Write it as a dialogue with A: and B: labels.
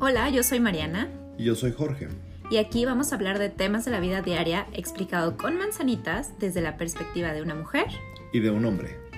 A: Hola, yo soy Mariana
B: Y yo soy Jorge.
A: y aquí vamos a hablar de temas de la vida diaria explicado con manzanitas desde la perspectiva de una mujer.
B: Y de un hombre.